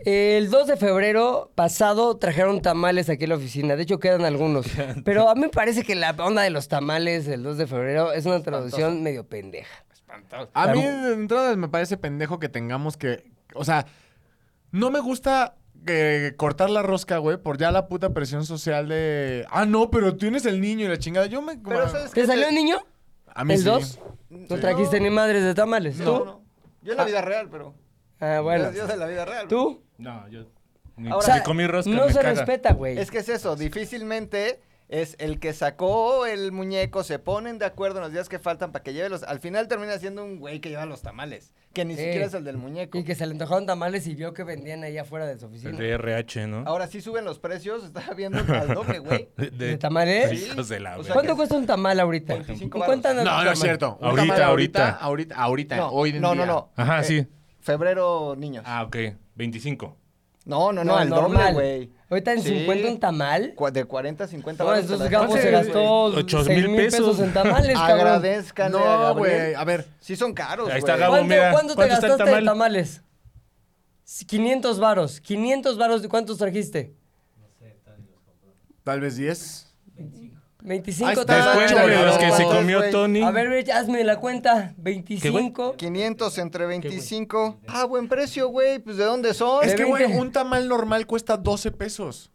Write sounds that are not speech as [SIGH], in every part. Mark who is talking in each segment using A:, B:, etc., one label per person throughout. A: El 2 de febrero pasado trajeron tamales aquí a la oficina. De hecho, quedan algunos. Pero a mí me parece que la onda de los tamales del 2 de febrero es una traducción medio pendeja.
B: A mí, de entrada, me parece pendejo que tengamos que. O sea, no me gusta eh, cortar la rosca, güey, por ya la puta presión social de. Ah, no, pero tienes el niño y la chingada. Yo me.
C: Pero, ¿sabes
A: ¿Te
C: qué?
A: salió un niño?
B: A mí
A: ¿El
B: sí.
A: 2? No trajiste ni madres de tamales.
C: No,
A: ¿Tú?
C: no. Yo en la vida real, pero.
A: Ah, bueno.
C: Yo, yo de la vida real.
A: ¿Tú?
D: No, yo. Ni,
C: Ahora-
D: si
C: O sea,
D: comí rosca,
A: no
D: me
A: se
D: caga.
A: respeta, güey.
C: Es que es eso, difícilmente es el que sacó el muñeco, se ponen de acuerdo en los días que faltan para que lleve los... Al final termina siendo un güey que lleva los tamales, que ni
A: Sí.
C: siquiera es el del muñeco.
A: Y que se le antojaron tamales y vio que vendían ahí afuera de su
D: El
A: oficina.
D: de RH, ¿no?
C: Ahora sí suben los precios, estaba viendo al
A: [LAUGHS]
C: doble, güey.
A: ¿De tamales?
D: Sí, Hijos de la
C: O sea,
A: ¿Cuánto
C: que-
A: cuesta un tamal ahorita?
C: 25
A: Un
C: varos.
A: Cuéntanos.
B: No,
A: tu
B: no es
A: tamal.
B: cierto. Un
D: Ahorita,
B: tamal
D: ahorita.
B: Ahorita, ahorita,
C: No,
B: hoy en
C: no,
B: día.
C: no, no.
D: Ajá,
C: Eh,
D: sí.
C: Febrero, niños.
D: Ah, ok. 25.
C: No, no, no,
A: No,
C: al doble,
A: normal.
C: güey.
A: Ahorita en
C: Sí.
A: 50 un tamal.
C: Cua- De 40 a 50
A: No,
C: varos te
A: entonces
C: la
A: Gabo
C: dejan.
A: se gastó
D: Ocho
A: 6
D: mil
A: mil pesos
D: pesos.
A: en
D: [LAUGHS]
C: [LAUGHS]
A: tamales, cabrón.
C: Agradezcanle a
B: No,
C: Gabriel.
B: güey. A ver.
C: Sí son caros,
D: Ahí está
C: güey.
D: Gabo.
A: ¿Cuánto,
D: mira,
A: cuánto te
D: ¿cuánto está el
A: gastaste de
D: tamal?
A: tamales? 500 varos. 500 varos, ¿de cuántos trajiste?
B: Tal vez 10.
A: 25
B: está,
A: tamales.
B: Descuento
D: Descuéntale
B: güey,
D: los que se
B: ¿cuántos,
D: comió
C: güey?
D: Tony.
A: A ver, Rich, hazme la cuenta. 25.
C: 500 entre 25. Ah, buen precio, güey. Pues ¿de dónde son?
B: Es que, güey,
A: 20.
B: un tamal normal cuesta 12 pesos.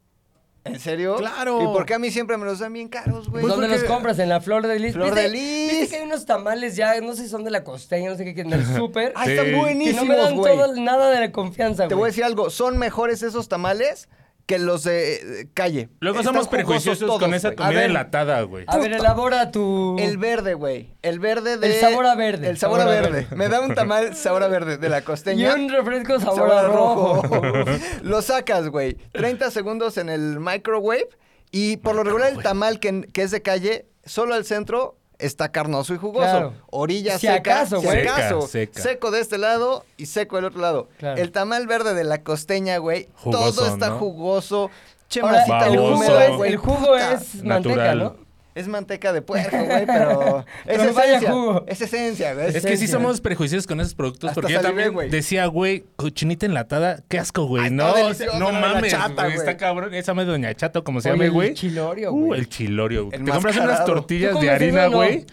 C: ¿En serio?
B: Claro.
C: ¿Y por qué a mí siempre me los dan bien caros, güey?
B: Pues
A: ¿Dónde
B: porque-
A: los compras? En la Flor de Lis.
C: Flor
A: ¿Viste-
C: de Lis.
A: Viste que hay unos tamales ya, no sé si son de la costeña, no sé qué, que en el súper.
C: Ah,
D: Sí.
C: están
A: que no
C: buenísimos,
A: me dan
C: güey.
A: todo, nada de la confianza, güey.
C: Te voy a decir algo. Son mejores esos tamales que los de eh, calle.
D: Luego
C: Están
D: somos
C: jugosos
D: prejuiciosos
C: todos,
D: con esa
C: güey.
A: A
D: comida
A: ver.
D: enlatada, güey.
A: A ver, elabora tu...
C: El verde, güey. El verde de...
A: El sabor a verde.
C: El sabor,
A: Sabor
C: a
A: a
C: verde. Me da un tamal sabor a verde de la
A: y
C: costeña.
A: un refresco sabor,
C: sabor
A: a
C: a
A: rojo. [LAUGHS]
C: Lo sacas, güey. 30 segundos en el microwave. Y por lo regular el tamal que, que es de calle, solo al centro está carnoso y jugoso.
A: Claro.
C: Orilla
A: Si
C: seca.
A: acaso,
C: si
A: güey.
D: Seca,
C: acaso.
D: seca.
C: Seco de este lado y seco del otro lado.
A: Claro.
C: El tamal verde de la costeña, güey.
D: Jugoso,
C: todo está
D: ¿no?
C: jugoso. Che,
A: Ahora,
C: masita
A: el
D: Baboso.
A: jugo,
C: húmeda,
A: es,
C: güey.
A: el jugo
C: Puta.
A: es manteca,
D: Natural.
A: ¿no?
C: Es manteca de puerco,
A: [LAUGHS]
C: güey, pero... Es
A: Pero vaya
C: esencia.
A: jugo.
C: Es esencia, güey.
D: Es que sí
A: Esencia.
D: somos prejuiciosos con esos productos
C: Hasta
D: porque yo
C: salivé,
D: también
C: güey.
D: decía, güey, cochinita enlatada, qué asco,
C: Ah,
D: güey.
C: está
D: No, o sea,
C: delicioso,
D: no
C: la
D: mames,
C: chata,
D: güey,
C: güey.
D: está cabrón. Esa madre doña Chato, como se
A: Oye,
D: llama,
A: el
D: güey.
A: chilorio,
D: Uh,
A: güey.
D: el chilorio. güey. Te compras
C: Enmascarado.
D: unas
A: ¿Tú
D: tortillas de
A: comes eso
D: harina,
A: o no?
D: güey.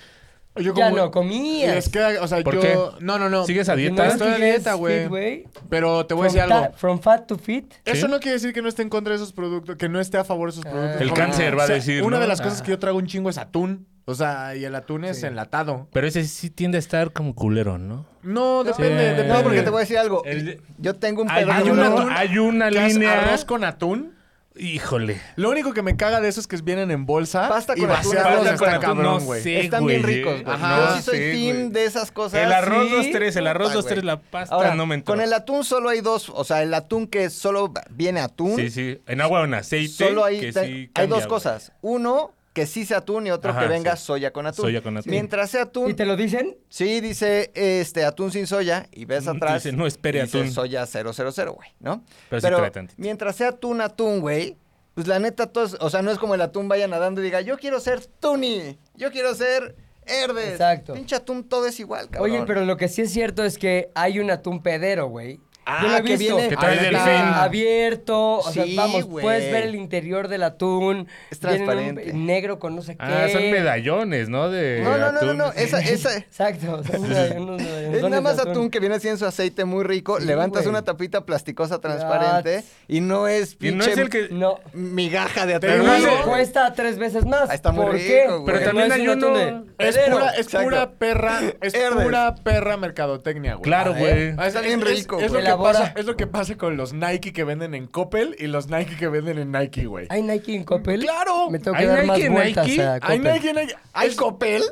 B: Yo
A: Ya
B: como-
A: no comías.
B: Les queda, o sea,
D: ¿Por
B: yo.
D: qué?
B: No, no, no.
D: ¿Sigues a
A: Que
D: dieta?
A: no
B: Estoy a
A: sigues
B: dieta,
A: fit,
B: güey. Pero te voy a
A: From,
B: decir
A: ta-
B: algo.
A: from fat to fit.
B: Eso
D: ¿Sí?
B: no quiere decir que no esté en contra de esos productos, que no esté a favor de
C: Ah.
B: esos productos.
D: El
B: porque,
D: cáncer va a
B: o sea,
D: decir,
B: Una
D: ¿no?
B: de las cosas
D: Ah.
B: que yo trago un chingo es atún. O sea, y el atún es enlatado.
D: Pero ese sí tiende a estar como culero, ¿no?
B: No, depende,
D: Sí.
A: Eh,
B: depende.
C: No, porque te voy a decir algo.
D: El-
C: Yo tengo un
D: Hay,
C: pedo...
D: hay
C: con el atún.
D: una, hay una
B: ¿Qué haces?
D: línea.
B: arroz con atún.
D: Híjole.
B: Lo único que me caga de eso es que vienen en bolsa.
C: Pasta
B: y
C: con atún,
B: vaciarlos
C: pasta
B: está
C: con atún,
B: cabrón,
D: no
B: güey.
D: sé.
C: Están
D: güey,
C: bien ricos, güey.
D: eh.
B: Ajá.
C: Yo sí soy
D: Sí,
C: team
D: güey.
C: de esas cosas.
D: El arroz
C: sí.
D: 2-3, el arroz
C: Puta,
D: 2-3,
C: güey.
D: la pasta
C: Ahora,
D: no me entró.
C: Con el atún solo hay dos. O sea, el atún que solo viene atún.
D: Sí, sí. En agua o en aceite.
C: Solo hay,
D: que
C: te-
D: sí
C: hay
D: cambia,
C: dos
D: güey.
C: cosas. Uno, que sí sea atún y otro
D: Ajá,
C: que venga
D: sí.
C: soya con atún.
D: Soya con atún.
C: Mientras sea atún.
A: ¿Y te lo dicen?
C: Sí, dice este atún sin soya y ves
D: Mm,
C: atrás.
D: dice, no, espere,
C: dice
D: atún.
C: soya 000, güey, ¿no?
D: Pero sí trae tantito.
C: mientras sea atún, atún, güey, pues la neta, todos, o sea, no es como el atún vaya nadando y diga, yo quiero ser Tuni, yo quiero ser Herdes.
A: Exacto.
C: Pinche atún, todo es igual, cabrón.
A: Oye, pero lo que sí es cierto es que hay un atún pedero, güey.
C: Ah,
A: Yo lo he
C: que
A: visto.
C: viene-
D: Que trae
C: Ah,
D: delfín.
A: Abierto, o sea,
C: Sí,
A: vamos,
C: güey.
A: puedes ver el interior del atún.
C: Es
A: Viene un
C: transparente.
A: negro con no sé qué.
D: Ah, son medallones, ¿no? De
C: No, no, no, no,
D: Eh, atún,
C: no,
D: así. [LAUGHS]
C: esa, esa...
A: Exacto. son medallones, medallones
C: Es nada más
A: de
C: atún. que viene así en su aceite muy rico.
A: Sí,
C: Levantas
A: güey.
C: una tapita plasticosa transparente
A: That's-
C: y no es
D: Y
C: pinche
D: no es el que.
A: No.
C: migaja de atún.
D: Pero
A: Y
D: no es el-
C: [LAUGHS]
A: cuesta tres veces más.
C: Ah, está muy
A: ¿Por
C: rico,
A: qué?
C: güey.
D: Pero
A: Porque
D: también
A: no
D: hay
A: un
D: uno-
A: atún de
B: Es
A: pedero.
B: pura, es
C: Exacto.
B: pura perra, es
C: Herdes.
B: pura perra mercadotecnia, güey.
D: Claro,
C: Ah,
D: güey.
C: ¿eh?
B: Ah,
C: Está
B: es-
C: bien
B: es-
C: rico,
B: Es,
C: güey.
B: lo que
A: Elabora.
B: pasa, es lo que pasa con los Nike que venden en Coppel y los Nike que venden en Nike, güey.
A: ¿Hay Nike en Coppel?
B: Claro.
A: Me tengo que
D: ¿Hay
A: dar
D: Nike
A: más
D: en
A: vueltas eh,
D: Nike?
A: a
B: Hay
A: Coppel.
B: Nike, Nike.
C: ¿Hay
B: Es-
C: Copel?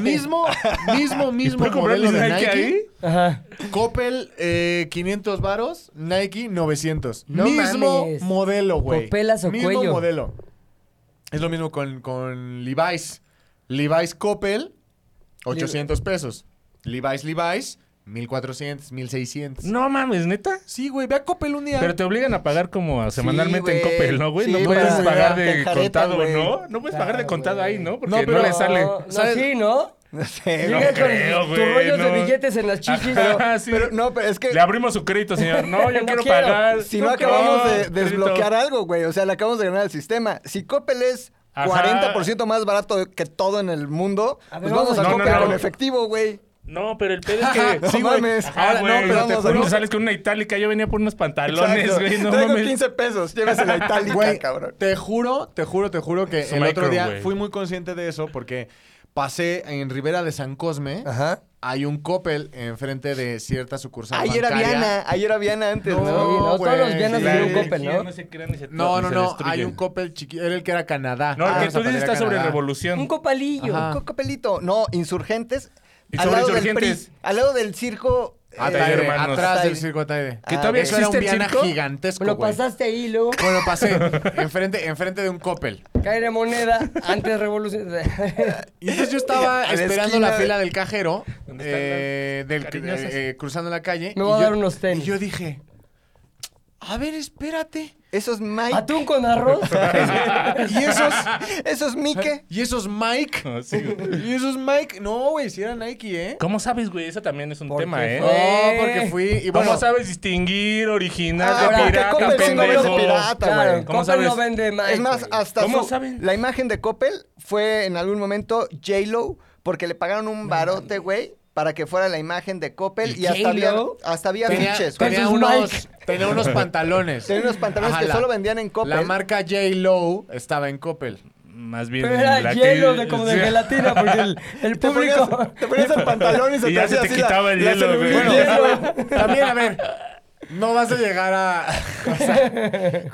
B: mismo, mismo, mismo
D: ¿Puedo comprar
B: modelo
D: los
B: de
D: Nike
B: Nike.
D: ahí?
A: Ajá.
B: Coppel eh, 500 varos, Nike 900.
A: No
B: mismo
A: mames.
B: modelo, güey.
A: Copelas o
B: mismo
A: cuello.
B: modelo. Es lo mismo con, con Levi's. Levi's Coppel 800 pesos. Levi's Levi's 1400, 1600.
D: No mames, neta.
B: Sí, güey, ve a Coppel un día.
D: Pero te obligan a pagar como semanalmente en
C: güey.
D: Coppel, ¿no, güey?
C: Sí,
D: no puedes
C: para-
D: pagar de
C: te enjaretan,
D: contado,
C: güey.
D: ¿no? No puedes pagar de
A: Claro,
D: contado
A: güey.
D: ahí, ¿no? Porque no,
B: pero-
D: le sale.
A: No,
B: ¿Sabes?
A: sí, ¿no?
C: Eh, No sé,
D: No
A: Llega con
D: creo,
A: tus
D: güey,
A: rollos de
D: no.
A: billetes en las chichis.
D: Ajá,
A: pero-
D: sí.
C: Pero no, pero es que
D: Le abrimos su crédito, señor. No,
C: [LAUGHS]
D: yo
A: No
D: quiero,
A: quiero.
D: pagar.
C: si no acabamos de
D: crédito.
C: desbloquear algo, güey. O sea, le acabamos de ganar al sistema. Si Coppel es
D: Ajá.
C: 40% más barato que todo en el mundo,
A: A ver,
C: pues vamos
A: vamos
C: a
D: a- No,
C: Coppel
D: no, no.
C: con efectivo, güey.
D: No, pero el pedo es
C: [LAUGHS]
D: que.
C: No
D: Sí, güey.
C: mames.
D: Ajá,
C: Ahora,
D: güey,
C: no, pero
D: te
C: vamos
D: juro
C: a-
D: que sales con una itálica. Yo venía por unos pantalones,
C: Exacto.
D: güey. No
C: Traigo
D: mames.
C: 15
D: [LAUGHS]
C: pesos, llévesela itálica,
B: Güey,
C: cabrón.
B: Te juro, te juro, te juro que
D: Su
B: el otro
D: micro,
B: día
D: güey.
B: fui muy consciente de eso porque pasé en Rivera de San Cosme.
C: Ajá.
B: Hay un Coppel enfrente de cierta sucursal.
C: Ahí era
B: bancaria.
C: Viana, ahí era Viana antes,
A: Sí,
C: ¿no?
B: No,
A: no,
B: güey,
A: todos los viernes
B: sí,
A: tienen un
B: sí,
A: Coppel, ¿no?
D: se crea ni se-
B: No,
D: ni
B: no,
D: se
B: no.
D: destruye.
B: Hay un Coppel chiquito. Era el que era Canadá.
D: No, el
B: Ah,
D: que
B: esa
D: tú dices
B: papelera
D: está sobre
B: Canadá.
D: revolución.
A: Un copalillo.
B: Ajá.
C: Un Copelito. No, insurgentes.
D: Y
C: Al
D: sobre
C: lado, del
D: Insurgentes.
C: PRI, al lado del circo. eh,
D: Ataide,
B: Ataide,
D: hermanos.
B: Ah, atrás del
C: Ataide.
B: circo Ataide.
C: Que
B: Ah,
C: todavía
B: eso era
D: existe
B: un
D: el
B: Viana
D: circo.
B: gigantesco,
A: Lo
B: güey.
A: pasaste ahí, luego
B: Bueno, pasé enfrente, enfrente de un Coppel.
A: cae la moneda antes revolución.
B: Y entonces yo estaba
C: A la
B: esperando
C: esquina
B: la
C: de-
B: fila del cajero,
D: ¿Dónde están
B: eh,
D: las
B: del-
D: cariñosas?
B: eh, eh, cruzando la calle.
A: Me
B: y
A: voy a
B: yo-
A: dar unos tenis.
B: Y yo dije, a ver, espérate.
C: Esos Mike.
A: ¿Atún con arroz?
C: [LAUGHS] y esos. Esos Mike.
B: ¿Y esos Mike?
D: Ah, sí, güey.
B: [LAUGHS] ¿Y esos Mike? No, güey, si era Nike, ¿eh?
D: ¿Cómo sabes, güey? Eso también es un
A: Porque
D: tema, ¿eh?
B: No,
A: fue-
B: porque fui... Y
D: ¿Cómo
B: bueno,
D: sabes distinguir original
C: Ah,
D: de
C: porque
D: pirata,
C: Coppel sí no vende
D: pendejo?
C: pirata.
A: claro,
C: güey.
D: ¿Cómo
A: Coppel no
D: sabes?
A: vende más.
C: Es más, hasta
D: ¿Cómo
C: su-
D: saben?
C: la imagen de Coppel fue en algún momento J-Lo, porque le pagaron un barote, güey, para que fuera la imagen de Coppel.
A: ¿Y
C: Y hasta había,
A: J-Lo?
C: hasta había
B: tenía,
C: fiches, güey.
B: tenía
A: Versus
B: unos,
A: Mike.
D: [LAUGHS]
B: tenía unos pantalones.
C: Tenía unos pantalones
B: Ajá,
C: que
B: la-
C: solo vendían en Coppel.
B: La marca J-Lo estaba en Coppel.
D: Más bien.
A: Pero era
D: la que-
A: hielo de, como de
D: sí.
A: gelatina, porque el, el
C: Te ponías-
A: público...
C: Te ponías
A: [LAUGHS]
C: el pantalón y
D: Y
C: se te
D: ya
C: hacía
D: se te
C: así la-
D: quitaba el
C: la
D: hielo, güey.
C: celulitis,
D: Bueno,
C: güey.
B: También, a ver, no vas a llegar a. O sea,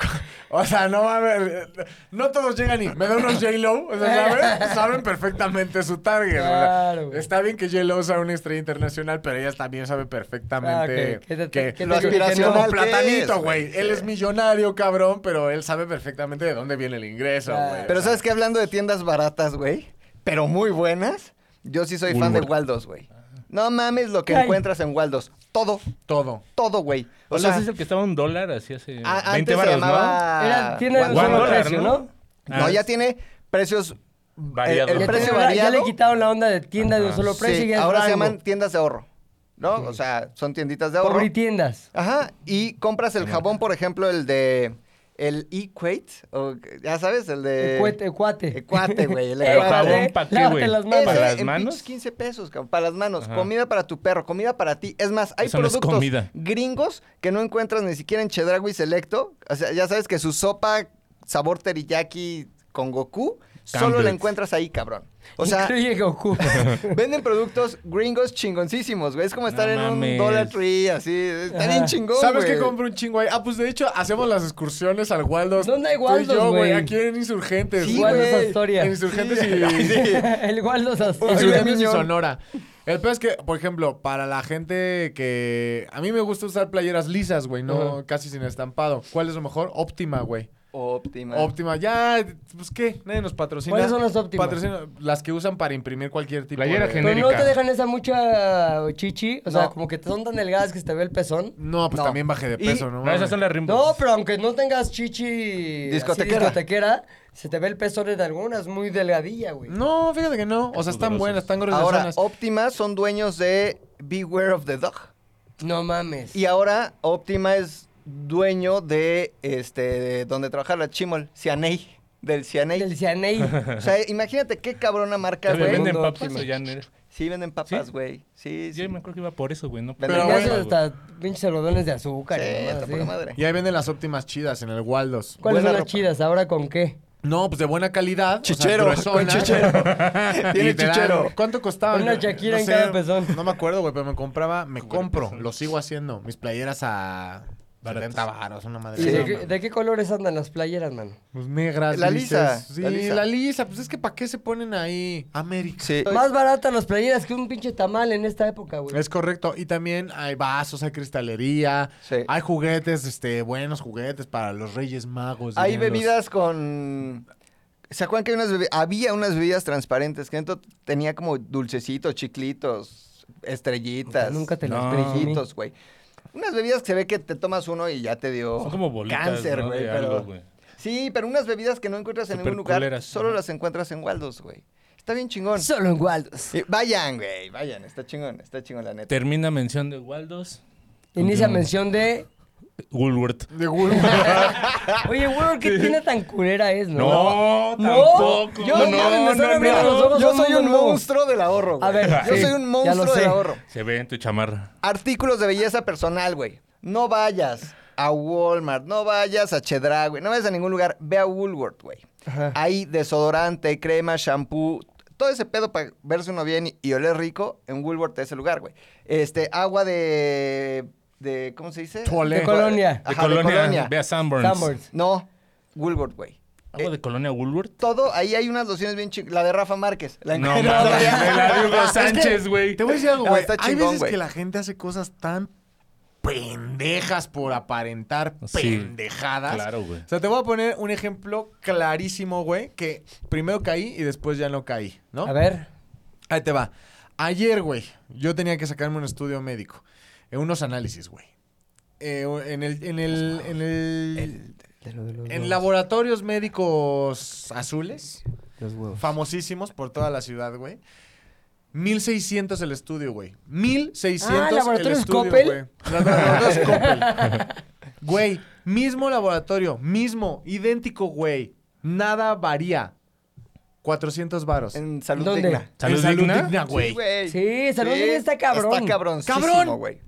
B: o sea, no va a haber. No todos llegan y me da unos J-Lo. O sea, ¿saben? Saben perfectamente su target. o sea,
A: Claro, güey.
B: está bien que J-Lo sea una estrella internacional, pero ella también sabe
A: Ah, ok.
B: perfectamente
A: ¿Qué te-
B: que.
A: qué te-
C: lo
A: qué te-
C: aspiracional
B: como
C: que es,
B: platanito,
C: güey?
B: güey. Él es millonario, cabrón, pero él sabe perfectamente de dónde viene el ingreso,
A: Claro.
B: güey.
C: Pero ¿sabes qué? Hablando de tiendas baratas, güey, pero muy buenas, yo sí soy
D: Muy
C: fan de
D: buenas.
C: Waldos, güey. No mames lo que
A: ¿Qué hay?
C: encuentras en Waldos. Todo,
B: Todo.
C: todo, güey. O
D: O sea,
C: sea,
D: es el que estaba un dólar así hace
C: a-
D: 20
C: antes
D: varos,
C: se llamaba...
A: Era- tiene
C: Waldos.
A: un solo
D: Walmart,
A: precio,
D: ¿no?
A: ¿no?
D: ¿no?
C: No, ya tiene precios...
D: Variado.
C: El, el
A: Ya
C: precio
A: tiene- Ya
C: variado.
A: le quitaron la onda de tienda de un
D: Ajá.
A: solo
C: Sí,
A: precio y ya es
C: ahora se
A: rango.
C: llaman tiendas de ahorro, ¿no? O sea, son tienditas de ahorro.
A: Pobritiendas.
C: Ajá, y compras el jabón, por ejemplo, el de... El Equate, o ya sabes, el de...
A: El cuate, el cuate.
C: Ecuate, güey.
A: [LAUGHS]
C: Eh, El
D: Pero
C: ecuate.
D: jabón para qué,
A: Lávate
D: güey.
A: las manos.
C: Ese
D: Para las
C: en
D: manos.
C: pinches 15 pesos, cabrón, para las manos.
D: Ajá.
C: Comida para tu perro, comida para ti. Es más, hay
D: Eso no es
C: productos
D: comida.
C: gringos que no encuentras ni siquiera en Chedragui Selecto. O sea, ya sabes que su sopa sabor teriyaki con Goku solo la
D: Campbell's.
C: encuentras ahí, cabrón. O sea,
A: Incluye
D: [LAUGHS]
A: Goku. [LAUGHS]
C: venden productos gringos chingoncísimos, güey. Es como estar
D: No
C: en
D: mames.
C: un Dollar Tree, así. Está
A: Ajá.
C: bien chingón,
B: ¿Sabes
C: güey.
B: qué compro un chingo ahí? Ah, pues de hecho hacemos las excursiones al Waldos.
A: ¿Dónde hay
B: Tú y
A: Waldos,
B: yo,
A: güey?
B: Aquí en Insurgentes.
C: Sí,
A: Igual
C: güey.
A: esa historia.
B: En Insurgentes
C: Sí.
B: y,
A: El Waldos Astoria.
C: Oye,
B: Insurgentes y
C: miñón.
B: Sonora. El peor es que, por ejemplo, para la gente que... A mí me gusta usar playeras lisas, güey, no
A: Ajá.
B: casi sin estampado. ¿Cuál es lo mejor? Óptima, güey.
C: Óptima.
B: Óptima. Ya, pues qué, nadie nos patrocina.
A: ¿Cuáles son las óptimas?
B: Patrocina las que usan para imprimir cualquier tipo
D: Playera
B: de...
D: general.
A: Pero no
D: genérica.
A: te dejan esa mucha chichi. O sea,
C: No.
A: como que son tan delgadas que se te ve el pezón.
B: No, pues
C: No.
B: también bajé de
C: Y-
B: peso, ¿no?
D: No, esas son las rimbos.
A: No, pero aunque no tengas chichi así
C: Discotequera.
A: discotequera, se te ve el pezón en algunas muy delgadilla, güey.
B: No, fíjate que no. O sea,
D: Esas
B: están
D: grosas.
B: buenas, están gruesas.
C: Ahora, Optima son dueños de Beware of the Dog.
A: No mames.
C: Y ahora Optima es dueño de este de donde trabaja la Chimol, Cianey, del Cianey.
A: El
C: [LAUGHS]
A: Cianey.
C: O sea, imagínate qué cabrona marca,
D: ¿Te
C: güey.
D: venden
A: Mundo
D: papas
A: óptimo.
D: o ya no era?
C: Sí, venden papas,
D: ¿Sí?
C: güey. Sí, sí.
D: Yo me acuerdo que iba por eso, güey. No,
C: Pero
A: Tenías
B: bueno.
A: hasta pinches algodones de azúcar.
C: Sí,
A: y
C: está
A: mamadas
C: poca
A: así.
B: [LAUGHS]
C: madre.
B: Y ahí venden las óptimas chidas en el Waldos.
A: ¿Cuáles
C: Buena
A: son las
C: ropa.
A: chidas? ¿Ahora con qué?
B: No, pues de buena calidad. o sea,
C: Chichero, con
B: gruesonas. [LAUGHS]
C: chichero.
B: Y
C: Tiene
B: te dan-
C: chichero.
B: ¿Cuánto costaba?
A: Una
B: Yo-
A: Shakira en cada pezón.
B: No me acuerdo, güey, pero me compraba, me compro, lo sigo haciendo. Mis playeras a 70 varos, una madre.
A: ¿Y
B: así,
A: de,
B: no
A: qué,
B: mames.
A: de qué colores andan las playeras, mano?
B: Pues negras,
C: La
B: grises.
C: lisa,
B: Sí,
C: la
B: la
C: lisa.
B: lisa. Pues es que ¿para qué se ponen ahí? América.
C: Sí.
A: Más baratas las playeras que un pinche tamal en esta época, güey.
B: Es correcto. Y también hay vasos, hay cristalería,
C: Sí.
B: hay juguetes, este, buenos juguetes para los Reyes Magos.
D: pues,
C: Hay
B: dirían los-
C: bebidas con ¿Se acuerdan que hay unas bebi- había unas bebidas transparentes que dentro tenía como dulcecitos, chiclitos, estrellitas?
A: Nunca te las
D: No.
A: pedí.
C: Brillitos, güey. Unas bebidas que se ve que te tomas uno y ya te dio
D: Son como bolitas,
C: cáncer,
D: ¿no?
C: güey.
D: de
C: pero-
D: algo, güey.
C: Sí, pero unas bebidas que no encuentras en
D: Súper
C: ningún lugar,
D: culeras.
C: solo
D: Ajá.
C: las encuentras en Waldos, güey. Está bien chingón.
A: Solo en Waldos.
C: Y vayan, güey, vayan. Está chingón, está chingón, la neta.
D: Termina mención de Waldos.
A: Inicia
D: Ujú.
A: mención de.
D: Woolworth.
B: De Woolworth.
C: [LAUGHS] Ah.
A: Oye, güey, ¿qué tienda tan culera es, no? No,
D: No, tampoco.
A: yo no mames, me están abriendo los ojos.
C: Yo
A: un
C: soy
A: mundo
C: un
A: nuevo.
C: monstruo del ahorro, güey.
A: A ver,
C: yo
A: sí,
C: soy un
A: ya
C: monstruo
A: lo
C: del
A: sé.
C: ahorro.
D: Se ve en tu chamarra.
C: Artículos de belleza personal, güey. No vayas a Walmart, no vayas a Chedra, güey. No vayas a ningún lugar. Ve a Woolworth, güey.
A: Ajá.
C: Hay desodorante, crema, shampoo, todo ese pedo para verse uno bien y, y oler rico en Woolworth es el lugar, güey. Este, agua de... de ¿Cómo se dice?
B: Toilette. De
A: colonia.
C: Ajá,
D: de colonia.
C: colonia.
D: Ve a Sanborns.
A: Sanborns.
C: No, Woolworth, güey.
D: ¿Algo de colonia Woolworth?
C: Todo, ahí hay unas lociones bien chingadas. La de Rafa Márquez. La
D: No,
C: encuentras
D: mames,
C: allá.
D: me la digo Sánchez, güey.
B: Te voy a decir algo,
C: Ah,
B: güey.
C: está
B: Hay
C: chingón,
B: veces
C: güey.
B: que la gente hace cosas tan pendejas por aparentar
D: Sí.
B: pendejadas.
D: Claro, güey.
B: O sea, te voy a poner un ejemplo clarísimo, güey, que primero caí y después ya no caí, ¿no?
A: A ver.
B: Ahí te va. Ayer, güey, yo tenía que sacarme un estudio médico. eh, unos análisis, güey. Eh, en el... En el... En el...
A: De lo de los
B: En
A: huevos.
B: laboratorios médicos azules.
A: Los huevos.
B: famosísimos por toda la ciudad, güey. 1600 el estudio, güey. 1600
A: Ah,
B: el
A: ¿laboratorios
B: estudio,
A: Coppel?
B: güey.
A: [LAUGHS]
B: Los laboratorios Coppel. Güey, mismo laboratorio, mismo, idéntico, güey. Nada varía. 400 varos.
C: En Salud
A: ¿Dónde?
C: Digna.
D: ¿Salud
B: En salud
D: digna?
B: digna, güey.
C: Sí, güey.
A: Sí, Salud Digna está cabrón.
C: Está cabroncísimo,
B: ¡Cabrón!
C: güey.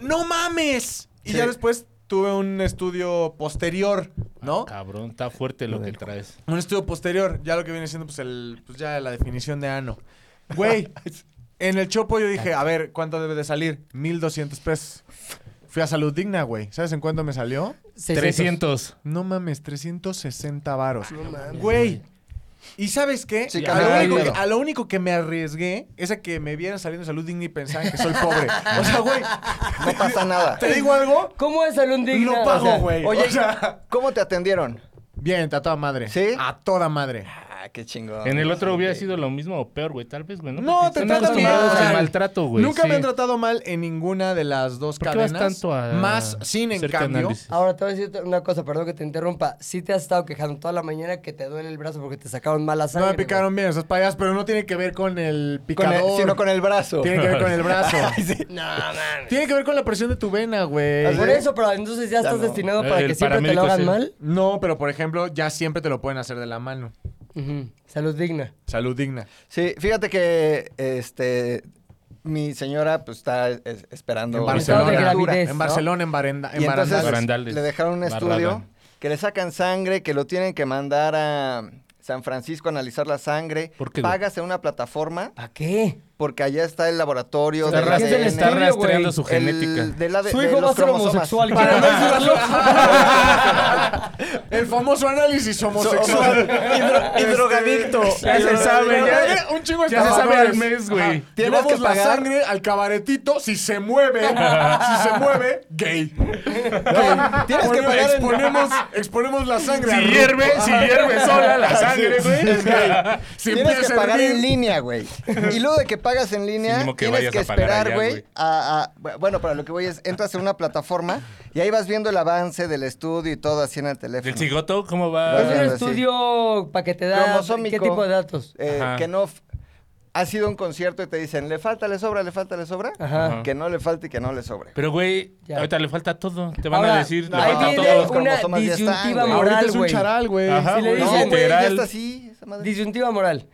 B: ¡No mames! Y
C: Sí.
B: ya después tuve un estudio posterior, ¿no?
D: Ah,
A: Ah,
D: Cabrón, está fuerte lo que traes.
B: Un estudio posterior, ya lo que viene siendo pues el pues ya la definición de ano.
C: [LAUGHS]
B: Güey, en el Chopo yo dije, a ver, ¿cuánto debe de salir? 1200 pesos. Fui a Salud Digna, güey. ¿Sabes en cuánto me salió?
A: 600.
D: 300.
B: No mames, 360 varos. Güey. ¿Y sabes qué?
C: Sí,
B: a,
C: cambió
B: lo
C: el
B: único,
C: pedo.
B: a lo único que me arriesgué es a que me vieran saliendo de Salud Digna y pensaban que soy pobre. O sea, güey,
C: No pasa nada.
B: ¿te digo algo?
A: ¿Cómo es Salud Digna?
B: Lo
A: O sea,
B: pago, güey.
C: Oye,
B: O sea,
C: ¿cómo te atendieron?
B: bien, a toda madre.
C: ¿Sí?
B: A toda madre.
C: Ah, qué chingón.
D: En el otro hubiera sido lo mismo o peor, güey. Tal vez, güey.
B: No,
D: Porque
B: te
D: están
B: tratan bien.
D: acostumbrados
B: o sea,
D: al maltrato, güey.
B: Nunca
D: sí.
B: me han tratado mal en ninguna de las dos
D: ¿Por qué vas
B: cadenas.
D: tanto a
B: Más sin en
D: hacerte
B: cambio.
D: análisis?
A: Ahora te voy a decir una cosa, perdón que te interrumpa. Sí te has estado quejando toda la mañana que te duele el brazo porque te sacaron mala
B: No
A: sangre.
B: me picaron bien esas payas, pero no tiene que ver con el
C: Con
B: picador.
C: el, sino con el brazo.
B: Tiene que ver con el brazo.
C: [LAUGHS]
A: güey. No, man.
B: Tiene que ver con la presión de tu vena, güey.
A: Por eso, pero entonces ya,
C: Ya
A: estás
C: no.
A: destinado para
D: Eh, El
A: que siempre te lo
D: paramédico
A: hagan
D: es el-
A: mal.
B: No, pero por ejemplo, ya siempre te lo pueden hacer de la mano.
A: Ujú. Salud digna.
B: Salud digna.
C: Sí, fíjate que este mi señora pues está es- esperando
B: En
C: una
B: Barcelona.
C: criatura,
A: Gravidez,
B: En
A: ¿no?
B: Barcelona, en Barenda, en
C: Y entonces
B: Barandal.
D: Barandales.
C: le dejaron un estudio
D: Barragan.
C: que le sacan sangre, que lo tienen que mandar a San Francisco a analizar la sangre.
D: ¿Por qué, güey?
C: Pagas en una plataforma
A: ¿Para qué?
C: porque allá está el laboratorio
A: Está
C: del
A: rastreando-
C: ADN,
A: está
C: el-
D: rastreando su genética.
C: del AD-
A: Su
C: de
A: hijo
C: los
A: va a ser
C: cromosomas.
A: homosexual.
B: Para
A: quiero
B: no
A: decirlo.
B: ayudarlo. El famoso análisis homosexual.
C: Y drogadicto.
B: Ya se sabe, ya, un chingo de
D: Ya se sabe
B: caballos.
D: al mes, güey.
B: Ajá.
C: Tienes
B: Llevamos
C: que
B: la
C: pagar.
B: sangre al cabaretito. Si se mueve, si se mueve, gay.
C: Tienes que
B: Bueno,
C: pagar en-
B: exponemos, exponemos la sangre.
D: Si
B: a Ruth.
D: hierve, si hierve sola la sangre, güey.
B: Si
C: tienes
B: empieza
C: que
B: a
C: pagar
B: hervir,
C: en línea, güey. Y luego de que pagas en línea,
D: Sí, ni modo que
C: tienes
D: vayas
C: que
D: a pagar
C: esperar,
D: allá,
C: güey.
D: güey.
C: a- a- Bueno, para lo que voy es, entras en una plataforma y ahí vas viendo el avance del estudio y todo así en el teléfono.
D: ¿El cigoto cómo
B: Ah,
A: Es
D: va?
C: Vas
A: un
C: Barandal, sí.
A: estudio para que te da
C: Cromosómico.
A: qué tipo de datos.
C: Eh,
D: Ajá.
C: que no f- ha sido un concierto y te dicen, le falta, le sobra, le falta, le sobra.
A: Ajá.
C: Que no le falte y que no le sobre.
D: Pero, güey,
A: Ya.
D: ahorita le falta todo. Te van
A: Ahora,
D: a decir, le
C: ahí
D: falta
C: viene
D: todo.
C: los cromosomas
A: una
C: ya están,
A: disyuntiva
C: güey.
B: Ahorita
A: moral,
B: es un
A: güey.
B: charal, güey.
D: Ajá,
A: Sí le
D: güey.
C: No,
A: dicen,
C: güey, ya
D: literal.
C: está así. esa madre.
A: Disyuntiva moral.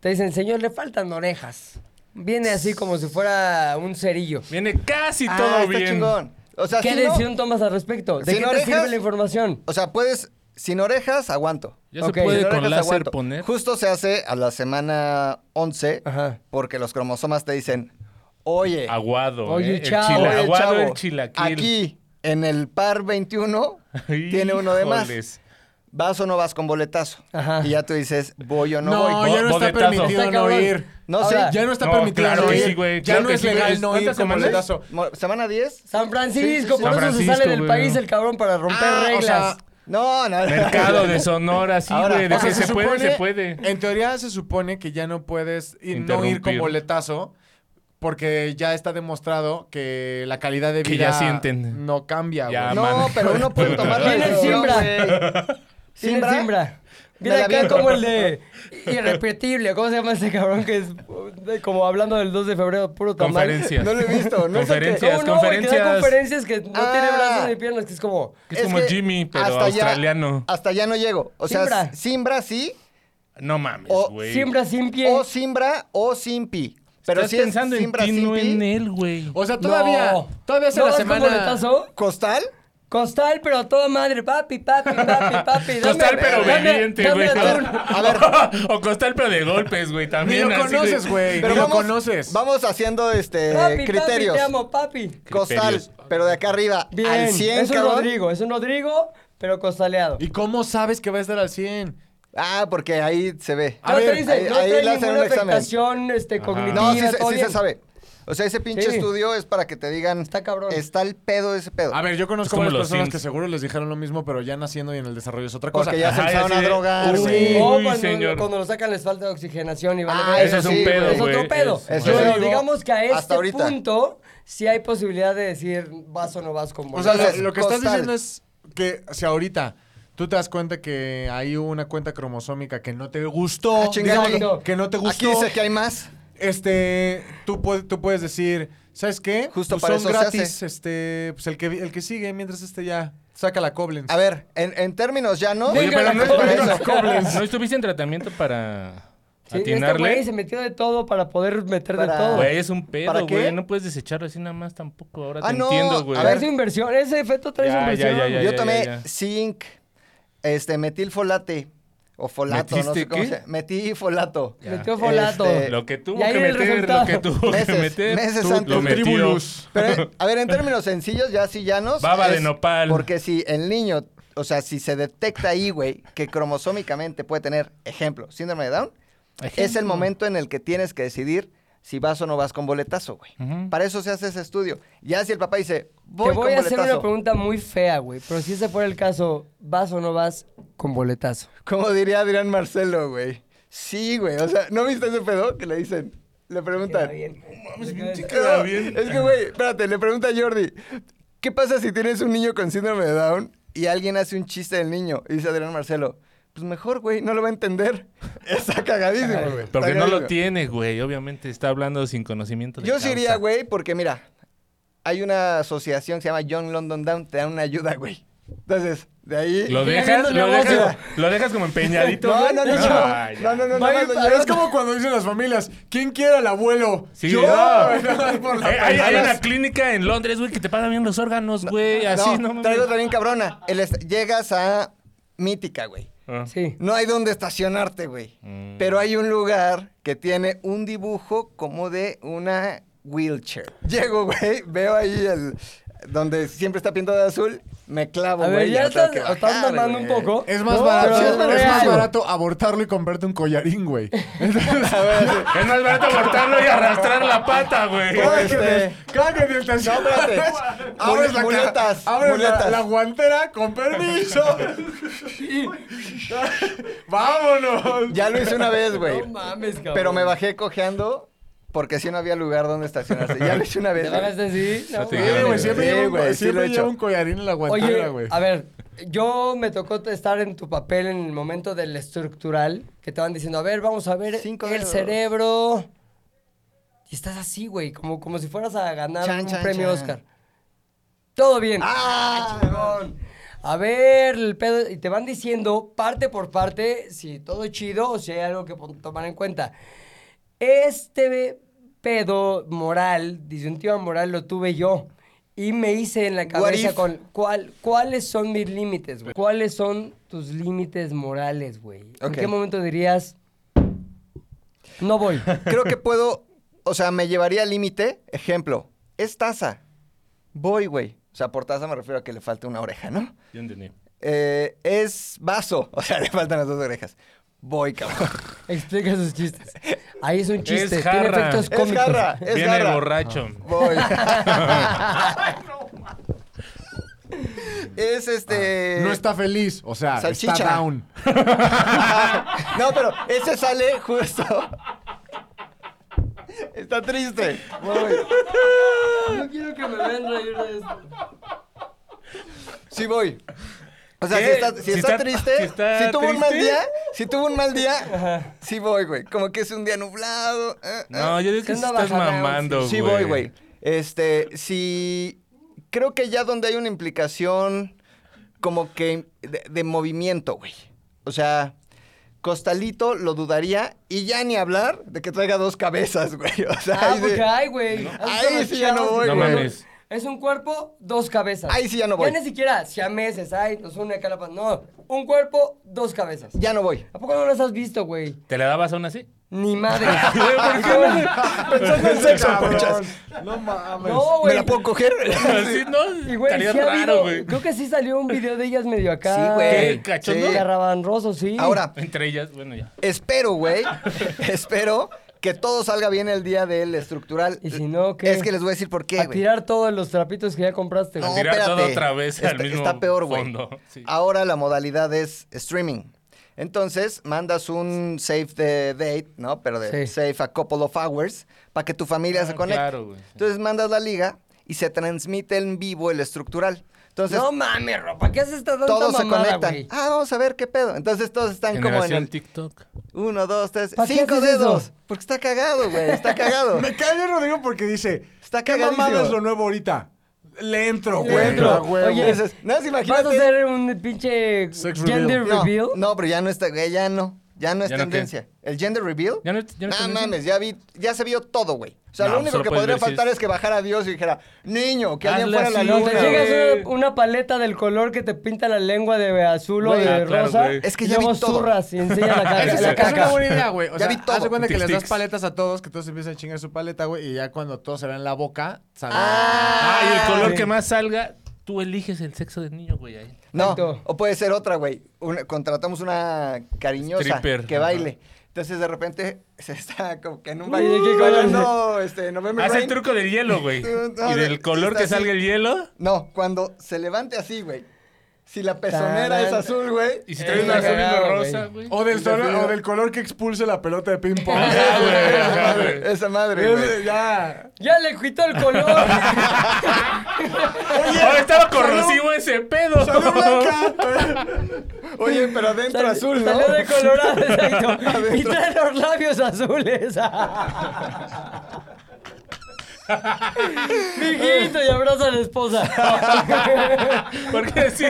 A: Te dicen, señor, le faltan orejas. Viene así como si fuera un cerillo.
D: Viene casi
C: Ah,
D: todo
C: está
D: bien.
C: chingón. O sea,
A: ¿Qué
C: si no-
A: decisión tomas al respecto? ¿De
C: ¿Sin
A: qué
C: orejas?
A: te sirve la información?
C: o sea, puedes, sin orejas, aguanto.
D: Ya
A: Ok.
D: se puede
C: Sin
D: con
C: orejas,
D: láser
C: aguanto.
D: poner.
C: Justo se hace a la semana 11
A: Ajá.
C: porque los cromosomas te dicen, oye,
D: Aguado.
A: Oye,
D: eh, el
A: chavo.
D: chila-
A: Oye,
D: aguado
C: chavo,
D: el chilaquil.
C: aquí en el par 21 tiene uno de más.
D: Híjoles.
C: ¿Vas o no vas con boletazo?
A: Ajá.
C: Y ya tú dices, voy o no,
B: No,
C: voy.
B: ya no está
D: Bodetazo.
B: permitido
A: Está
B: no
A: cabrón.
B: ir.
C: No sé,
A: Ahora,
B: Ya no está
D: No,
B: permitido
D: claro
B: no
D: que
B: ir.
D: sí, güey.
B: Ya
D: Claro
B: no
D: que
B: es
D: sí, güey.
B: legal no ir
D: ¿Cuántas
B: con
D: semanas?
B: boletazo.
C: Mo- ¿Semana 10?
A: San Francisco,
C: Sí, sí, sí.
A: por
D: San
A: eso se
D: Francisco,
A: sale del
D: güey.
A: país el cabrón para romper
B: Ah, o
A: reglas.
B: sea,
C: No, no. no.
D: Mercado de Sonora, sí,
C: Ahora,
B: Ah,
D: güey. De
C: o sea, eh,
D: que se, puede, se puede.
B: En teoría se supone que ya no puedes ir, no ir con
D: Interrumpir.
B: boletazo porque ya está demostrado que la calidad de vida
D: Que ya sienten.
B: no cambia,
D: Ya.
B: güey.
C: [LAUGHS] No,
D: mano.
C: pero uno puede tomar la
A: Viene el
C: decisión,
A: siembra.
C: güey.
A: Tiene
C: ¿Siembra?
A: siembra. Viene
C: la
A: acá
C: aviento.
A: como el
B: [LAUGHS]
A: de irrepetible. ¿Cómo se llama ese cabrón que es eh, como hablando del 2 de febrero, puro tamal? [LAUGHS]
D: Conferencias.
C: No lo he visto, no sé qué.
A: No,
D: Conferencias,
A: no, porque da
D: conferencias.
A: conferencias que no
C: Ah.
A: tiene brazos ni piernas, que es como...
D: Es como
C: que
D: Jimmy, pero
C: hasta ya-
D: australiano.
C: hasta allá no llego. O sea,
A: Simbra.
C: s- Simbra sí,
D: No mames,
C: O
D: güey.
A: Siembra sin pie.
B: Oh,
C: o Simbra o Simpi. Pero
D: Estás
C: si es
D: pensando en
C: Simbra,
D: ti, no
C: Simpi,
D: en él, güey.
B: O sea, todavía,
A: No.
B: todavía hace
A: ¿No
B: la
A: vas con
B: semana.
A: boletazo?
C: ¿Costal?
A: Costal, pero a toda madre. Papi, papi, papi, papi. dame-
D: Costal pero
A: dame-
D: obediente,
A: dame
D: güey.
A: atún.
C: A ver.
D: o costal pero de golpes, güey,
B: Ni
D: también.
B: lo
D: así de-
B: conoces, güey. Ni lo conoces.
C: Vamos haciendo este
A: Papi,
C: criterios.
A: papi, te amo, papi.
C: Costal,
D: Criterios.
C: pero de acá arriba
A: Bien,
C: al 100,
A: es un
C: cabrón.
A: Rodrigo, es un Rodrigo, pero costaleado.
B: ¿Y cómo sabes que va a estar al 100?
C: Ah, porque ahí se ve.
B: A
A: no
B: ver,
A: te dice,
C: ahí-
A: no
C: ahí
A: trae
C: le hacen
A: ninguna
C: un examen.
A: afectación este, cognitiva.
C: No, sí, se-
A: todo
C: sí se
A: bien.
C: sabe. O sea, ese pinche
A: Sí.
C: estudio es para que te digan...
A: Está cabrón.
C: Está el pedo ese pedo.
B: A ver, yo conozco
D: Es como
B: varias
D: los
B: personas
D: Sims.
B: que seguro les dijeron lo mismo, pero ya naciendo y en el desarrollo es otra cosa.
C: porque ya se
D: Ajá,
C: empezaron
D: así
C: a
D: de-
C: drogar,
D: Uy,
C: güey.
A: O
D: Uy,
A: cuando,
D: señor.
A: cuando lo sacan les falta oxigenación y van
C: Ah,
A: a
C: eso
D: es un
C: sí,
D: pedo,
C: güey.
A: Es
D: güey.
A: otro pedo.
C: Eso
A: Pero
C: sí.
A: digamos que a
C: Hasta
A: este
C: ahorita.
A: punto sí hay posibilidad de decir vas o no vas con
B: O sea,
A: boletos.
B: lo,
C: Entonces,
B: lo que estás
C: costal.
B: diciendo es que si ahorita tú te das cuenta que hay una cuenta cromosómica que no te gustó,
C: Ah, chinga,
B: digamos,
A: aquí-
B: que no te
C: Aquí
B: gustó,
C: dice que hay más.
B: este, tú, pue- tú puedes decir, ¿sabes qué?
C: Justo
B: Pues
C: para
B: son
C: eso se
B: gratis,
C: hace.
B: este, pues el que, el que sigue, mientras este ya saca la Koblenz.
C: A ver, en, en términos ya, ¿no?
D: Oye,
A: Venga,
D: pero
A: la
D: no,
A: Koblenz.
D: no-
C: Eso.
D: no estuviste en tratamiento para
A: Sí, este
D: atinarle.
A: güey se metió de todo para poder meter
C: Para-
A: de todo.
D: Güey, es un
C: ¿Para
D: pedo,
C: qué?
D: güey. No puedes desecharlo así nada más tampoco. Ahora
C: Ah,
D: te
C: no,
D: entiendo, güey.
C: a
A: Trae
C: ver.
A: su inversión, ese efecto trae
D: Ya,
A: su
D: ya,
A: inversión.
D: ya, ya.
C: Yo tomé
D: ya.
C: zinc, este, metilfolate o folato, no sé
D: ¿Metiste
C: cómo
D: qué?
C: se Metí folato.
D: Ya.
A: Metió folato.
C: Este,
D: Lo que tuvo
A: Y ahí
D: que
A: el
D: meter,
A: resultado.
D: lo que tuvo que
C: Meses,
D: meter.
C: meses
D: tú
C: antes.
D: Lo metió.
B: Tribulus.
D: [LAUGHS]
C: Pero, a ver, en términos sencillos, ya así llanos.
D: Baba de
C: es-
D: nopal.
C: Porque si el niño, o sea, si se detecta ahí, güey, que cromosómicamente puede tener, ejemplo, síndrome de Down, es el momento en el que tienes que decidir si vas o no vas con boletazo, güey.
D: Ujú.
C: Para eso se hace ese estudio. Ya si el papá dice, voy,
A: Te voy
C: con
A: a hacer
C: boletazo.
A: una pregunta muy fea, güey. Pero si ese fuera el caso, ¿vas o no vas con boletazo?
C: Como diría Adrián Marcelo, güey. Sí, güey. O sea, ¿no viste ese pedo que le dicen? Le preguntan.
D: Queda bien.
C: Es que, güey, espérate, le pregunta a Jordi, ¿qué pasa si tienes un niño con síndrome de Down y alguien hace un chiste del niño? Y dice Adrián Marcelo, pues mejor, güey, no lo va a entender. [LAUGHS] Está cagadísimo, güey. Está
D: Porque no lo
C: cagadísimo.
D: tiene, güey. Obviamente está hablando sin conocimiento de
C: Yo sí iría,
D: causa.
C: güey, porque mira, hay una asociación que se llama John London Down, te dan una ayuda, güey. Entonces, de ahí...
D: ¿Lo
A: Sigue
D: dejas?
A: haciendo
D: ¿Lo
A: negocio.
D: dejas, ¿Lo dejas como empeñadito?
C: No,
D: güey?
C: no, no,
D: Ay,
C: no, no, no, no,
A: Va a
C: no,
A: ir-
C: no,
B: Pero
C: yo-
B: es como cuando dicen las familias, ¿quién quiere al abuelo?
D: Sí,
B: Yo, [LAUGHS]
D: no.
B: güey, nada más por la
D: Eh, hay, hay
B: pendejada.
D: una clínica en Londres, güey, que te paga bien los órganos, güey. Así, no, mames.
C: traigo también cabrona. El est- llegas a Mítica, güey.
D: Ah.
A: Sí.
C: No hay dónde estacionarte, güey.
D: Mm.
C: Pero hay un lugar que tiene un dibujo como de una wheelchair. [LAUGHS] Llego, güey, veo ahí el donde siempre está pintado de azul, me clavo,
A: A ver,
C: güey.
A: ya
C: me tengo
A: estás,
C: que
A: estás
C: bajar,
A: mamando un
C: güey.
A: poco.
B: Es más,
A: No,
B: barato,
A: pero
B: es más
A: real.
B: barato abortarlo y comprarte un collarín, güey. Entonces, a ver, así.
D: Ah. Es más barato abortarlo y arrastrar la pata, güey.
C: Como
B: Cállate,
C: este-
B: cállate, estás-
C: No,
A: [LAUGHS]
C: espérate.
B: Abres la caja,
C: Muletas,
B: abres la-
C: muletas.
B: la guantera con permiso. [LAUGHS] Vámonos.
C: Ya lo hice una vez, güey.
A: No mames, cabrón.
C: pero me bajé cojeando porque si no había lugar donde estacionarse. Ya lo hice una
A: ¿Te
C: vez. güey.
A: bajaste así? No,
D: Ya te
B: Sí,
A: mames.
D: gané,
B: güey, siempre
C: Sí,
B: llevo, un,
C: güey, sí
B: siempre
C: lo he
B: llevo
C: hecho.
B: un collarín en la guantera,
A: Oye,
B: güey.
A: a ver, yo me tocó t- estar en tu papel en el momento del estructural, que te van diciendo, a ver, vamos a ver
C: Cinco
A: el
C: dedos.
A: cerebro. Y estás así, güey, como, como si fueras a ganar
C: Chan,
A: un
C: chan,
A: premio
C: chan.
A: Oscar. Todo bien.
C: ¡Ah!
A: chingón. A ver, el pedo. Y te van diciendo parte por parte si todo chido o si hay algo que pon- tomar en cuenta. Este pedo moral, disyuntiva moral, lo tuve yo. Y me hice en la cabeza
C: if?
A: con cuál, cuáles son mis límites, güey. ¿Cuáles son tus límites morales, güey? ¿En
C: Ok.
A: qué momento dirías, no voy?
C: Creo que puedo, o sea, me llevaría al límite. Ejemplo, es taza. Voy, güey. O sea, por taza me refiero a que le falte una oreja, ¿no?
D: Yo entendí.
C: Eh, es vaso. [LAUGHS] O sea, le faltan las dos orejas. Voy, cabrón.
A: Explica sus chistes. Ahí es un chiste. Tiene
D: jarra.
A: efectos
D: Es
C: Es
A: cómicos.
C: garra, [LAUGHS] es
D: Viene
C: garra. Ah.
D: borracho.
B: [LAUGHS]
C: Voy. es
A: eh,
C: este.
B: Ah, No está feliz, o sea,
C: Salchicha.
B: está down.
C: [LAUGHS] no, pero ese sale justo. [LAUGHS] Está triste. Voy.
A: No quiero que me vean reír de esto.
C: Sí voy. O sea,
D: ¿Qué?
C: si está, si
D: Si
C: está
D: está-
C: triste, si,
D: si está
C: tuvo un mal
D: triste.
C: día, Si tuvo un mal día, sí voy, güey. Como que es un día nublado. ah, ah.
D: No, yo digo que
A: Es
D: sí
A: una
D: estás
A: bajada, güey.
D: mamando, güey.
C: Sí voy, güey. Este, sí. Creo que ya donde hay una implicación como que de, de movimiento, güey. O sea, Costalito lo dudaría y ya ni hablar de que traiga dos cabezas, güey. O sea,
A: Ah,
C: ahí de-
A: porque ay, güey. has visto
C: Ahí
A: las
C: sí ya no
A: chavas,
C: voy,
D: No
A: güey.
D: mames.
A: Es un cuerpo, dos cabezas.
C: Ahí sí ya no voy.
A: Ya ni siquiera siameses, ay, nos une acá la pan- No, un cuerpo, dos cabezas.
C: ya
D: [LAUGHS]
C: no voy.
A: ¿A poco no las has visto, güey?
D: ¿Te la dabas aún
C: [LAUGHS]
D: así? [LAUGHS]
A: Ni madre.
C: Pensando en sexo,
B: Cabrón,
C: puchas.
B: No mames.
A: No,
C: ¿Me
A: güey.
C: la
D: [LAUGHS]
C: puedo coger?
D: Así, ¿no?
A: Y, güey,
D: Estaría
A: sí ha
D: raro,
A: habido-
D: güey.
A: Creo que sí salió un video de ellas medio acá.
C: Sí, güey.
D: ¿Qué, cachondo?
C: Sí.
A: Garrabanroso, sí.
C: Ahora,
D: Entre ellas, bueno, ya.
C: Espero,
A: [LAUGHS]
C: güey. espero que todo salga bien el día del estructural.
A: Y si no, ¿qué?
C: Es que les voy a decir por qué,
A: A
C: güey.
A: tirar todos los trapitos que ya compraste,
C: No,
A: güey.
D: tirar todo
C: espérate.
D: otra vez al mismo
C: Está peor, güey.
D: fondo, sí.
C: Ahora la modalidad es streaming. Entonces, mandas un save the date, ¿no? Pero de
A: Sí.
C: save a couple of hours para que tu familia se
D: Ah,
C: conecte.
D: claro, güey.
C: Entonces, mandas la liga y se transmite en vivo el estructural. Entonces,
A: No mames, ropa. ¿Qué haces esta tanta
C: pues todos se
A: mamada,
C: conectan.
A: güey?
C: Ah, vamos a ver qué pedo. Entonces, todos están como en
D: Generación
C: el
D: TikTok.
C: uno, dos, tres,
A: ¿Para qué
C: cinco
A: haces eso?
C: dedos. Porque está cagado, güey.
D: [LAUGHS]
C: Está cagado.
B: Me cae bien Rodrigo porque dice,
C: Está
B: ¿qué
C: cagadísimo.
B: mamada es lo nuevo ahorita? Le entro,
A: Le
B: güey.
A: entro.
B: A huevo.
A: Oye,
C: Dices, no, sí,
A: ¿Vas a
C: pues imagínate.
A: hacer un pinche
B: Sex
A: gender
B: reveal.
C: No,
A: reveal?
C: no, pero ya no está, güey, ya no. Ya no es
D: ¿Ya no qué?
C: tendencia. ¿El gender reveal?
D: ¿Ya no es- ya no es
C: Nah,
D: tendencia?
C: mames, ya, vi, ya se vio todo, güey. O sea,
D: No,
C: lo
D: pues,
C: único
D: solo
C: que
D: puedes
C: podría
D: ver si
C: faltar
D: es-
C: es... que bajara Dios y dijera, niño, que alguien
D: Hazle
C: fuera la
D: así,
A: No,
C: luna.
A: te
D: güey.
C: güey".
A: llegas una, una paleta del color que te pinta la lengua de azul o
D: Güey,
A: de
D: ah, claro,
A: rosa.
D: güey.
C: Es que
A: y
C: ya
A: luego
C: vi todo.
A: zurras y enseña
C: [LAUGHS]
A: la
B: Esa
A: caca.
B: es,
A: la
B: esa es
A: caca.
B: una buena idea, güey. O
C: Ya
B: sea,
C: vi todo.
B: haz de cuenta que les das
D: Tic-tics.
B: paletas a todos, que todos empiezan a chingar su paleta, güey, y ya cuando todos se ven la boca, salen.
D: Ah, y el color
A: sí.
D: que más salga, tú eliges el sexo del niño, güey. ahí.
C: No,
A: Exacto.
C: o puede ser otra, güey. Una- contratamos una cariñosa
D: Stripper,
C: que
D: ajá.
C: baile. Entonces, de repente, [LAUGHS] se está como que en un
A: Uy,
C: baile.
A: ¿de qué color?
C: bailando, este, November
D: Haz el
C: Rain.
D: truco del hielo, güey.
C: No,
D: Y
C: no,
D: del color
C: está
D: que
C: así.
D: salga el hielo.
C: No, cuando se levante así, güey. Si la pezonera
A: Tarán.
C: es azul, güey.
D: Y si traes
A: Eh,
D: una azul y una
A: cagado,
D: rosa, güey.
B: O del, sol- o del color que expulse la pelota de ping-pong.
D: Ajá, güey,
C: Ah, Esa
D: ajá,
C: madre,
D: güey.
C: Esa madre, güey.
B: ya.
A: Ya le quitó el
C: [LAUGHS]
A: color.
D: Ahora Oh, estaba corrosivo ese pedo.
B: ¡Salió blanca!
C: [LAUGHS] Oye, pero adentro
A: Sal-
C: azul, ¿no?
A: Salió de
C: [LAUGHS]
A: colorado, exacto. y
C: Adentro.
A: trae los labios
C: [LAUGHS]
A: azules. [LAUGHS] Mijito, y abraza a la esposa.
D: [LAUGHS] Porque sí.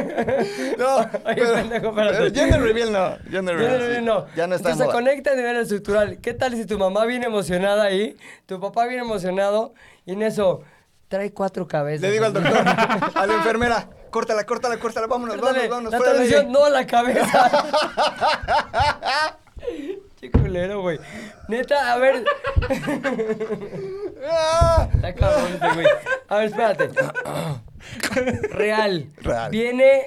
C: No, pero-
A: pendejo, espérate.
C: pero Gender reveal no. Gender
A: Yo
C: reveal,
A: no,
C: sí.
A: yo no.
C: Ya no está en
A: Entonces se
C: moda.
A: conecta a nivel estructural. ¿Qué tal si tu mamá viene emocionada ahí, tu papá viene emocionado y en eso trae cuatro cabezas?
C: Le digo al
A: [LAUGHS]
C: doctor, a la enfermera, córtala, córtala, córtala, vámonos,
A: Dale,
C: vámonos, vámonos.
A: la
C: fuera de
A: televisión,
C: ahí.
A: no la
C: [LAUGHS]
A: cabeza. Qué culero, güey. Neta, a ver.
C: ¡Ah!
A: Está cabrón este güey. A ver, espérate. Real.
C: Real.
A: Viene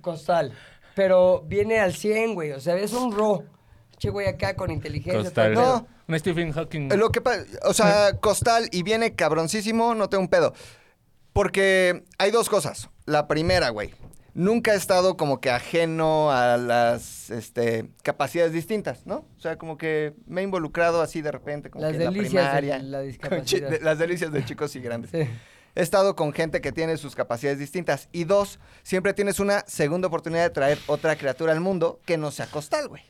A: costal, pero viene al 100, güey. O sea, es un ro. Che, güey, acá con inteligencia.
D: Costal.
A: todo el
C: No.
A: pedo.
D: Un Stephen Hawking.
C: Lo que pa- o sea, costal y viene cabroncísimo, no tengo un pedo. Porque hay dos cosas. La primera, güey. Nunca he estado como que ajeno a las este, capacidades distintas, ¿no? O sea, como que me he involucrado así de repente, como
A: Las
C: que en
A: delicias de
C: la primaria.
A: la
C: [LAUGHS] con chi-
A: discapacidad.
C: de- las delicias de chicos y grandes.
A: Sí.
C: He estado con gente que tiene sus capacidades distintas. Y dos, siempre tienes una segunda oportunidad de traer otra criatura al mundo que no sea costal, güey.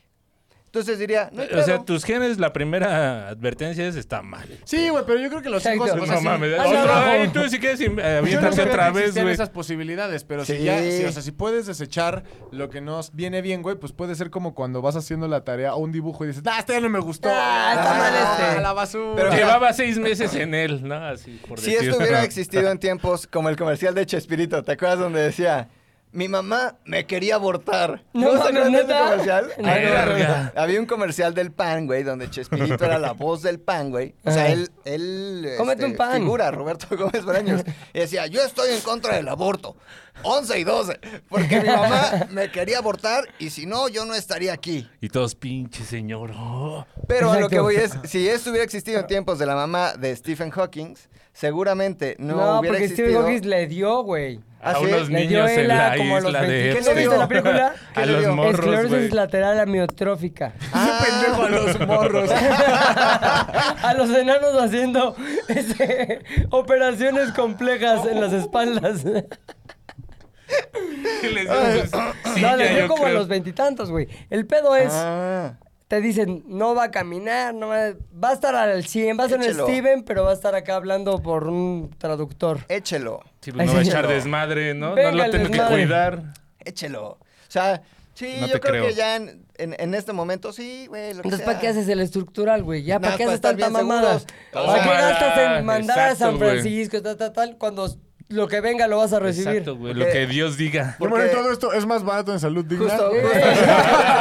C: Entonces diría, no hay
D: O sea,
C: pedo.
D: tus genes, la primera advertencia es está mal.
B: Sí, güey, pero yo creo que los
A: Exacto.
B: hijos.
A: No
B: o sea, sí,
D: Pues
B: Ah,
D: mames.
A: hazle
D: Otro,
A: abajo.
D: ay, tú sí quieres eh,
B: Yo no
D: avientarte
B: sabía
D: otra
B: que
D: vez,
B: existían
D: güey.
B: esas posibilidades, pero
C: Sí.
B: si ya, si, o sea, si puedes desechar lo que nos viene bien, güey, pues puede ser como cuando vas haciendo la tarea o un dibujo y dices, ah, este ya no me gustó.
A: Ah, está mal este.
B: a la basura.
C: Pero-
D: Llevaba seis meses en él, ¿no? Así, por
C: Si
D: decir. [LAUGHS]
C: esto hubiera existido en tiempos como el comercial de Chespirito, ¿te acuerdas donde decía, mi mamá me quería abortar?
A: No
C: se
A: mames,
C: acuerdan de ese
A: ¿neta? [LAUGHS]
C: comercial?
A: No,
D: Verga.
C: Había un comercial del pan, güey, donde Chespirito
D: [LAUGHS]
C: era la voz del pan, güey. O sea,
A: Ajá.
C: él, él este,
A: Cómete un pan.
C: figura, Roberto Gómez Bolaños. Y decía, yo estoy en contra del aborto. 11 y 12. Porque mi mamá me quería abortar y si no, yo no estaría aquí.
D: Y todos, pinche señor. oh.
C: Pero a lo
A: Exacto.
C: que voy es, si esto hubiera existido en tiempos de la mamá de Stephen Hawking, seguramente no,
A: No,
C: hubiera
A: porque
C: existido...
A: Steve Hawking le dio, güey.
C: ¿Ah,
D: a
C: sí?
D: unos
A: Le dio
D: niños en
A: él a
D: la
A: como a los
D: isla
A: 20.
D: de
A: ¿Qué no
D: Epstein.
A: viste la película?
D: [LAUGHS] A
C: ¿Qué le
D: los
C: dio?
D: morros,
A: Esclerosis
D: güey.
A: lateral
D: [LAUGHS]
A: amiotrófica.
C: Ah.
B: pendejo a los morros.
A: [LAUGHS] a los enanos haciendo este, operaciones complejas en las espaldas.
D: Que les dio, pues,
A: [LAUGHS]
D: Sí,
A: no, les
D: ya
A: dio
D: yo
A: como a
D: creo.
A: los veintitantos, güey. El pedo es,
C: Ah,
A: te dicen, no va a caminar, no va, va a estar al 100, va a ser en
C: Échelo.
A: Steven, pero va a estar acá hablando por un traductor.
C: échelo,
D: Sí, pues no va a
A: Ay, sí.
D: echar desmadre, ¿no?
A: Venga,
D: no lo
A: el
D: tengo que
A: desmadre.
D: cuidar.
C: échelo. O sea, sí,
D: No
C: yo
D: te
C: creo, que
D: creo.
C: ya en, en- en este momento sí, güey. lo que
A: Entonces, ¿para
C: sea.
A: qué haces el estructural, güey? Ya, ¿para
C: Nada,
A: qué
C: para
A: haces
C: estar
A: tanta
C: bien
A: mamada?
C: seguros.
A: ¿Para qué
D: Tómala,
A: gastas en mandar
D: exacto,
A: a San
D: güey.
A: Francisco, tal, tal, tal, cuando lo que venga lo vas a recibir? Eh,
D: Exacto, güey. Lo
C: Porque-
D: que Dios diga.
B: Yo
C: Porque-
B: todo esto es más barato en salud digna.
C: Justo,
A: Eh, [LAUGHS]
C: justo.